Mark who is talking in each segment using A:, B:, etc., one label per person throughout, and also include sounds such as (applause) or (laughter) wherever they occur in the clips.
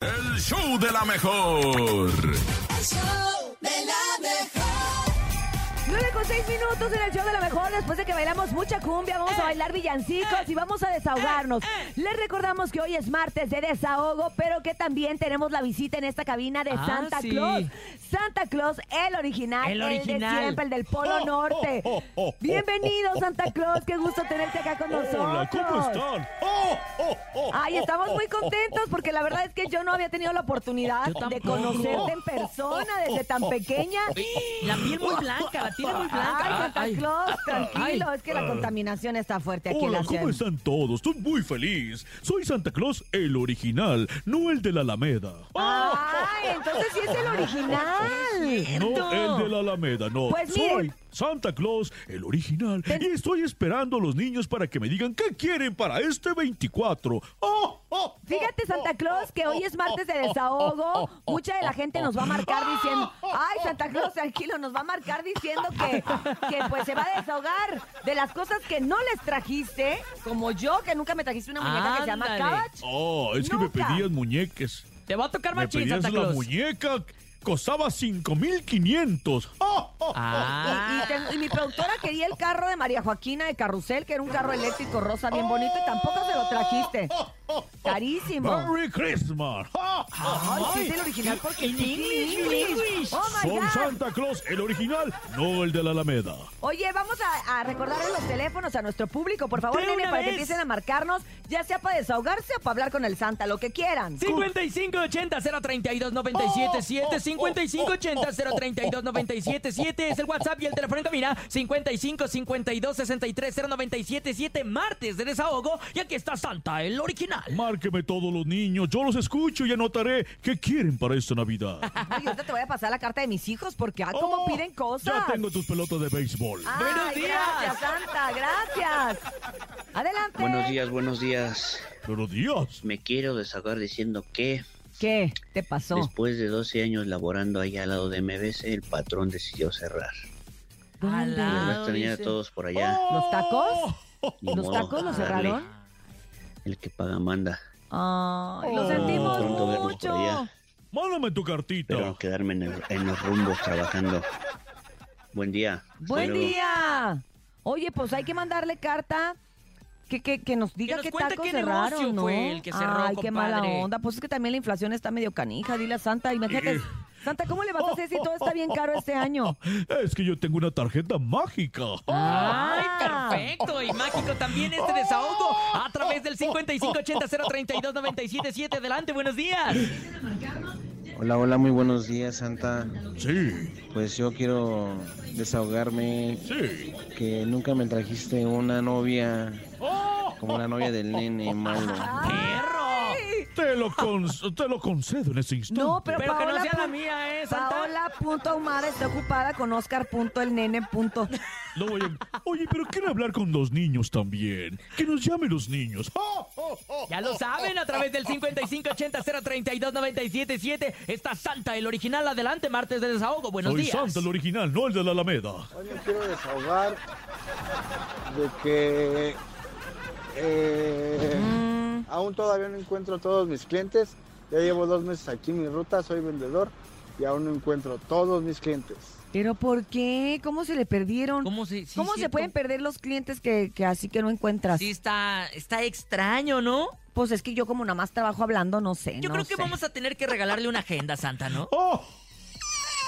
A: El show de la mejor.
B: El show de la mejor.
C: 9 con 6 minutos en el show de la mejor. Después de que bailamos mucha cumbia, vamos
D: Eh,
C: a bailar villancicos y vamos a desahogarnos. Les recordamos que hoy es martes de desahogo, pero que también tenemos la visita en esta cabina de
E: Ah,
C: Santa
E: sí.
C: Claus. Santa Claus, el original,
E: El
C: de
E: original.
D: (laughs)
C: siempre, el del Polo Norte.
D: oh, oh, oh,
C: Bienvenido, Santa Claus. Qué gusto tenerte acá con nosotros.
D: Hola, ¿cómo están? Oh, oh, oh,
C: Ay,
D: oh,
C: estamos
D: oh,
C: muy contentos porque la verdad es que yo no había tenido la oportunidad
E: Yo
C: de
E: tampoco.
C: conocerte en
D: Oh,
C: persona desde tan pequeña.
E: La piel muy blanca, la tiene
C: Ay,
E: muy
D: Ah,
E: blanca.
C: Santa Claus, tranquilo, es que la contaminación está fuerte aquí en
D: Hola,
C: la
D: ¿cómo
C: ciudad.
D: están todos? Estoy muy feliz. Soy Santa Claus, el original, no el de la Alameda. (laughs)
C: Ay, entonces sí es el original.
D: No el de la Alameda, no.
C: Pues miren.
D: Soy Santa Claus, el original. Y estoy esperando a los niños para que me digan qué quieren para este 24. Oh, oh,
C: Fíjate, Santa Claus, que hoy es martes de desahogo. Mucha de la gente nos va a marcar diciendo, ay, Santa Claus, tranquilo, nos va a marcar diciendo que, que pues se va a desahogar de las cosas que no les trajiste, como yo, que nunca me trajiste una muñeca que se llama
E: Ándale.
C: Cabach.
D: oh, es que me
C: Nunca.
D: pedían muñeques.
E: Te va a tocar
D: Me
E: machín,
D: pedías
E: Santa
D: la
E: Claus.
D: muñeca. Costaba 5,500. Oh, oh,
E: Ah.
C: Y, (laughs) ten- y mi productora quería el carro de María Joaquina de Carrusel, que era un carro eléctrico rosa bien bonito, y tampoco se lo trajiste. Carísimo.
D: Merry Christmas. Oh, oh.
C: Ay, sí es el original porque es English. Oh my
D: Soy
C: God.
D: Santa Claus, el original, no el de la Alameda.
C: Oye, vamos a, a recordarle los teléfonos a nuestro público, por favor,
E: De
C: nene,
E: una
C: para que
E: vez.
C: empiecen a marcarnos, ya sea para desahogarse o para hablar con el Santa, lo que quieran.
E: 5580 032 977 5580 032 977 es el WhatsApp y el teléfono en cabina 55 52 63 0977 martes de desahogo y aquí está Santa el original.
D: Márqueme todos los niños, yo los escucho y anotaré qué quieren para esta Navidad.
C: Oye, ahorita te voy a pasar la carta de mis hijos porque, ah, (laughs) cómo
D: Oh,
C: piden cosas. Ah.
D: Ya tengo tus pelotas de béisbol.
C: Ay,
E: Buenos días.
C: Gracias, Santa, gracias. Adelante.
F: Buenos días, buenos días.
D: Pero Dios,
F: Me quiero desahogar diciendo que
C: ¿Qué te pasó?
F: después de 12 años laborando ahí al lado de MBC, el patrón decidió cerrar.
C: ¿Dónde?
F: Les va a
E: Alado,
F: extrañar a
E: dice.
F: todos por allá.
D: Oh,
C: ¿Los tacos?
F: Ni
C: Oh, ¿Los
F: modo,
C: tacos los
F: a darle.
C: cerraron?
F: El que paga manda.
C: Ay, lo
D: Oh.
C: sentimos
F: Pronto verlos por
C: mucho.
F: allá.
D: mándame tu cartita.
F: Pero quedarme en, el- en los rumbos trabajando. Buen día. Hasta
C: Buen
F: luego.
C: día. Oye, pues hay que mandarle carta que, que, que nos diga
E: nos
C: qué
E: cuente
C: tacos
E: qué
C: cerraron,
E: negocio
C: ¿no?
E: fue el que cerró,
C: Ay, qué mala
E: compadre.
C: onda. Pues es que también la inflación está medio canija, dile a Santa.
E: (clears throat)
C: Imagínate, Santa, ¿cómo le vas a hacer si todo está bien caro
E: (laughs)
C: este año?
D: Ah, Es que yo tengo una tarjeta mágica.
E: Ay,
C: Ah.
E: perfecto. Y mágico
C: (laughs)
E: también este desahogo a través del 5580-032-977. Adelante, buenos días.
G: Hola, hola, muy buenos días, Santa.
D: Sí,
G: Pues yo quiero desahogarme
D: sí.
G: que nunca me trajiste una novia como la novia del nene, Mauro.
E: (laughs) Perro.
D: Te lo, con- te lo concedo en este instante.
C: No, pero,
E: Pero que
C: Paola
E: no sea la
C: Pun-
E: mía, ¿eh, Santa?
C: Paola punto Ahumada está ocupada con Oscar punto el nene
E: (laughs)
C: punto.
D: No voy a- Oye, pero quiero hablar con los niños también. Que nos llamen los niños. ¡Oh!
E: Ya lo saben, a través del 5580-032-977 está Santa, el original. Adelante, martes de desahogo. Buenos
D: Soy
E: días.
D: Santa, el original, no el de la Alameda.
H: Hoy me quiero desahogar de que eh, aún todavía no encuentro a todos mis clientes. Ya llevo dos meses aquí en mi ruta, soy vendedor y aún no encuentro todos mis clientes.
C: Pero ¿por qué? ¿Cómo se le perdieron?
E: ¿Cómo se, sí,
C: ¿Cómo se
E: cierto?
C: pueden perder los clientes que, que así que no encuentras?
E: Sí, está, está extraño, ¿no?
C: Pues es que yo como nada más trabajo hablando, no sé.
E: Yo
C: Eh, no
E: creo que
C: sé.
E: vamos a tener que regalarle una agenda, Santa, ¿no?
D: ¡Oh!
C: (laughs)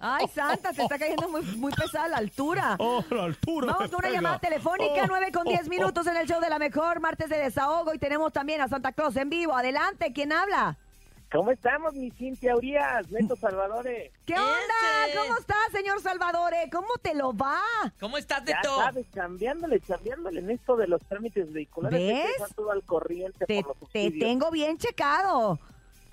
C: Ay, Santa, se está cayendo muy, muy pesada la altura.
D: (laughs) ¡Oh, la altura!
C: Vamos
D: me
C: con una
D: pega.
C: llamada telefónica,
D: Oh,
C: 9 con
D: oh,
C: 10 minutos en el show de la mejor, martes de desahogo y tenemos también a Santa Claus en vivo. Adelante, ¿quién habla?
I: ¿Cómo estamos, mi Cintia
C: (laughs)
I: Urias, Neto Salvadores?
C: ¿Qué onda?
E: Ese.
C: ¿Cómo estás, señor Salvadore? ¿Cómo te lo va?
E: ¿Cómo estás de
I: Ya
E: todo?
I: sabes, cambiándole, cambiándole en esto de los trámites vehiculares. hay que
C: ¿Ves?
I: estar todo al corriente
C: Te,
I: por los
C: te
I: subsidios.
C: tengo bien checado.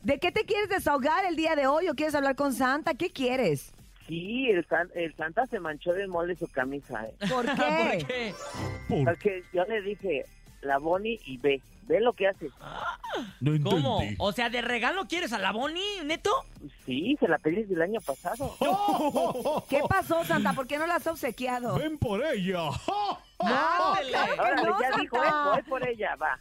C: ¿De qué te quieres desahogar el día de hoy o quieres hablar con Santa? ¿Qué quieres?
I: Sí, el, San- el Santa se manchó de mole su camisa. ¿eh?
C: ¿Por qué?
E: (laughs) (laughs) ¿Por qué?
C: Mm.
D: por-
I: Porque yo le dije, la Bonnie y ve, ve lo que hace.
C: Ah.
D: No entendí. Oh,
E: ¿Cómo? O sea, ¿de regalo quieres a la Bonnie, Neto?
I: Sí, se la pedí desde el año
C: (laughs)
I: pasado.
E: Oh.
C: ¿Qué pasó, Santa? ¿Por qué no la has obsequiado?
D: oh, ¡Ven por ella! (laughs) Oh, ¡Ja!
C: No,
E: Ándele.
C: claro que
I: Ahora
C: no,
I: ya dijo, eh,
C: Santa.
I: voy por ella, va.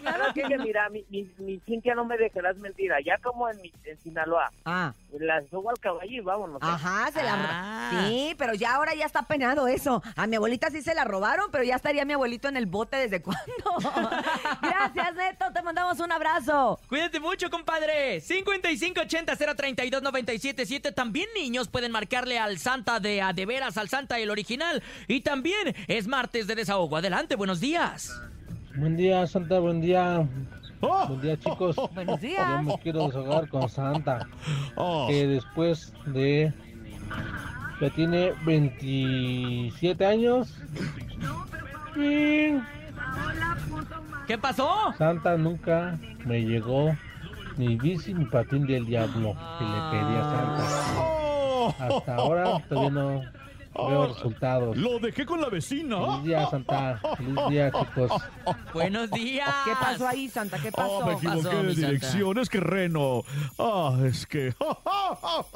C: Claro
I: Así
C: que
I: que
C: no.
I: mira, mi, mi, mi Cintia, no me dejarás mentir. Allá como en, mi- en Sinaloa,
C: Ah,
I: las subo al caballo y vámonos. ¿eh?
C: ajá, se la
E: Ah.
C: Sí, pero ya ahora ya está penado eso. A mi abuelita sí se la robaron, pero ya estaría mi abuelito en el bote desde (laughs) cuándo. Gracias, Neto, te mandamos un abrazo.
E: Cuídate mucho, compadre. 5580-032-977. También niños pueden marcarle al Santa de a de veras, al Santa el original. Y también es martes de desahogo. Adelante, buenos días.
J: Buen día, Santa, buen día. Buen día, chicos.
C: Buenos
J: Yo
C: días.
J: me quiero desahogar con Santa,
D: Oh,
J: que después de... que tiene 27 años. Y
E: ¿Qué pasó?
J: Santa nunca me llegó ni bici ni patín del diablo que le pedí a
D: oh,
J: Santa. Hasta ahora todavía no veo resultados.
D: Lo dejé con la vecina. Oh,
J: Feliz día, Santa. Feliz día, chicos.
E: Buenos días.
C: Oh, ¿Qué pasó ahí, Santa? ¿Qué pasó?
D: Oh, me equivoqué
E: pasó, mi
D: de
E: Santa?
D: dirección. Es que Reno. Ah, es que. (laughs) oh,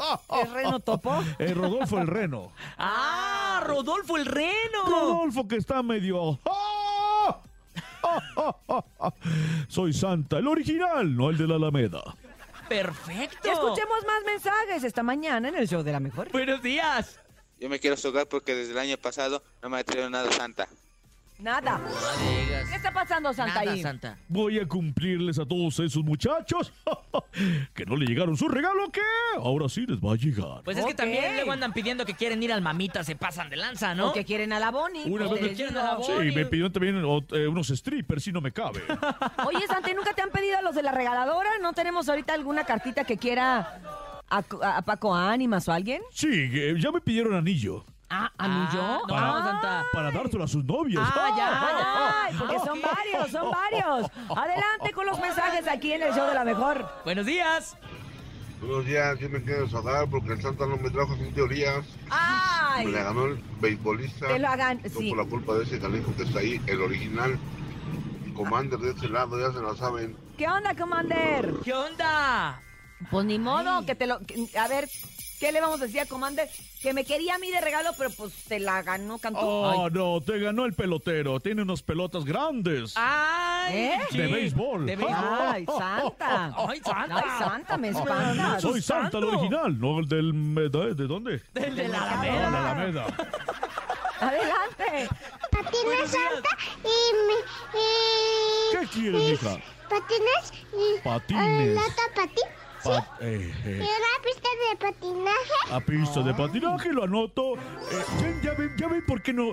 C: ¿Es Reno Topo?
D: Eh, Rodolfo el
C: (laughs)
D: Reno.
E: Ah, Rodolfo el Reno.
D: Rodolfo que está medio. oh, ¡Ah! oh, Soy Santa, el original, no el de la Alameda.
E: Perfecto.
C: Escuchemos más mensajes esta mañana en el show de la mejor.
E: Buenos días.
F: Yo me quiero sogar porque desde el año pasado no me ha traído nada santa.
C: Nada. ¿Qué está pasando, Santa? ahí?
E: Santa.
D: Voy a cumplirles a todos esos muchachos (laughs) que no le llegaron su regalo que ahora sí les va a llegar.
E: Pues es
C: Ok.
E: que también luego andan pidiendo que quieren ir al mamita, se pasan de lanza, ¿no?
C: O que quieren a la Bonnie.
D: Una
C: o
D: vez
C: te
D: me
E: quieren a la
C: digo.
E: Bonnie.
D: Sí, me pidieron también ot- eh, unos strippers si no me
E: (laughs)
D: cabe.
C: Oye, Santi, ¿nunca te han pedido a los de la regaladora? ¿No tenemos ahorita alguna cartita que quiera a, a Paco Ánimas o alguien?
D: Sí, eh, ya me pidieron anillo
C: Ah, ¿a mí yo?
E: Ah, no,
C: Ah.
E: Santa.
D: para dártelo a sus novias.
E: Ah, ya,
C: Ay, porque son varios, son varios. Adelante con los mensajes aquí en el show de la mejor.
E: Buenos días.
K: Buenos días, yo me quiero desahogar porque el Santa no me trajo sus teorías. Me
C: Ay,
K: la ganó el beisbolista.
C: te lo hagan,
K: No
C: sí.
K: por la culpa de ese canijo que está ahí, el original. Commander de este lado, ya se la saben.
C: ¿Qué onda, Commander?
E: ¿Qué onda?
C: Pues ni modo, que te lo... que- a ver, ¿qué le vamos a decir a Commander? Que me quería a mí de regalo, pero pues te la ganó Cantú.
D: Ah, no, te ganó el pelotero. Tiene unas pelotas grandes.
E: Ay,
C: ¿Eh?
D: De béisbol.
E: Ah,
D: (laughs)
E: De béisbol.
C: (laughs) Ay, Santa.
E: Ay, Santa.
C: Ay, Santa, me espantas.
D: Soy Santa, el
E: asustando.
D: original, no el del... me- ¿De de dónde?
E: Del de la
D: Ah, de la
E: Alameda.
D: Alameda.
C: Adelante.
E: Buenos días.
D: ¿Qué quieres,
E: (laughs)
D: hija?
B: Patines y
D: Patines.
B: lata patín.
D: Pa- eh, eh,
B: Una pista de patinaje.
D: a pista de patinaje lo anoto. Eh, ven, ya ven, ya ven por qué no...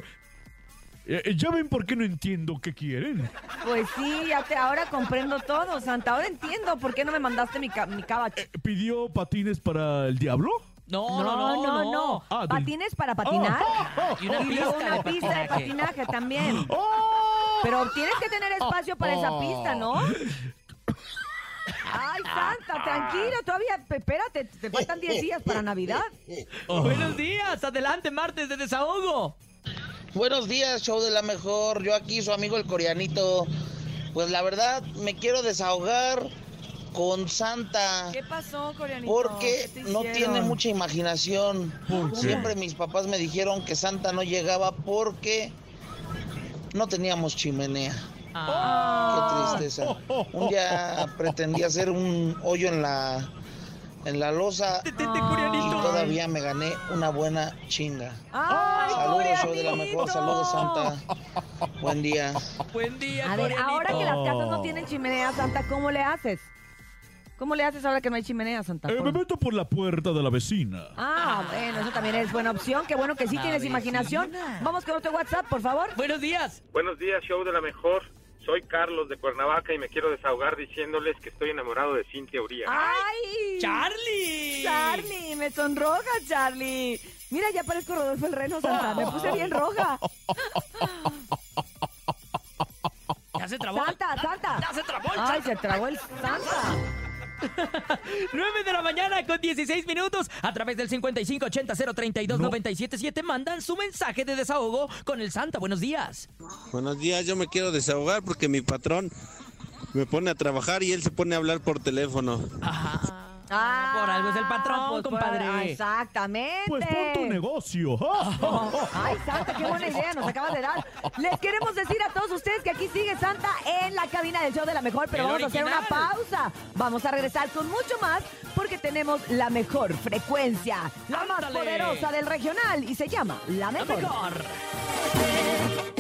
D: Eh, eh, ya ven por qué no entiendo qué quieren.
C: Pues sí, ya te, ahora comprendo todo, Santa. Ahora entiendo por qué no me mandaste mi, ca- mi cabach.
D: Eh, ¿Pidió patines para el diablo?
E: No, no, no, no.
D: Ah, del-
C: Patines para patinar.
D: Oh,
E: Y una
C: Y luego
E: pista
C: una
E: de
C: pista de
E: patinaje.
C: patinaje también.
D: ¡Oh!
C: Pero tienes que tener espacio para esa pista, ¿no?
E: Oh.
C: Ay, Santa, tranquilo, todavía, pe- espérate, te faltan 10 días para Navidad.
E: Buenos días. Adelante, martes de desahogo.
J: Buenos días, show de la mejor. Yo aquí, su amigo el coreanito. Pues la verdad, me quiero desahogar con Santa.
C: pasó, Coreanito?
J: Porque no tiene mucha imaginación.
E: Ah,
D: ¿Por qué?
J: Siempre mis papás me dijeron que Santa no llegaba porque no teníamos chimenea.
E: Ah.
C: Ah.
J: Qué tristeza. Un día pretendí hacer un hoyo en la en la losa y
E: Tete, Curianito.
J: todavía me gané una buena chinga.
C: Ay,
J: Saludos, soy de la mejor.
C: Coreanito.
J: Saludos, Santa. Buen día.
E: Oh, Buen día,
C: A ver,
E: Corianito.
C: ahora que las casas no tienen chimenea, Santa, ¿cómo le haces? ¿Cómo le haces ahora que no hay chimenea, Santa?
D: Eh, me meto por la puerta de la vecina.
C: Ah, bueno, eso también es buena opción. Qué bueno que sí tienes imaginación. Vamos con otro WhatsApp, por favor.
E: Buenos días.
J: Buenos días, show de la mejor. Soy Carlos de Cuernavaca y me quiero desahogar diciéndoles que estoy enamorado de Cintia Uría.
C: ¡Ay!
E: Charlie.
C: Charlie, me sonroja, Charlie. Mira, ya parezco Rodolfo el Reno, Santa. Me puse bien
E: (laughs)
C: roja.
E: Ya se trabó.
C: Santa,
E: Ya
C: Santa.
E: se trabó. el
C: Ay, se trabó el Santa.
E: 9 de la mañana con 16 minutos a través del 5580-032-977 mandan su mensaje de desahogo con el Santa. Buenos días.
F: Buenos días, yo me quiero desahogar porque mi patrón me pone a trabajar y él se pone a hablar por teléfono.
E: Ajá.
C: Ah,
E: por algo es el patrón,
C: pues, por-
E: compadre.
C: ah, exactamente.
D: Pues pon tu negocio. ¿ah?
C: Ay, Santa, qué buena idea nos acabas de dar. Les queremos decir a todos ustedes que aquí sigue Santa en la cabina del show de la mejor, pero
E: El
C: vamos a hacer una
E: original.
C: pausa. Vamos a regresar con mucho más porque tenemos la mejor frecuencia, la más
E: Ándale.
C: poderosa del regional y se llama La
E: La
C: mejor.
E: mejor.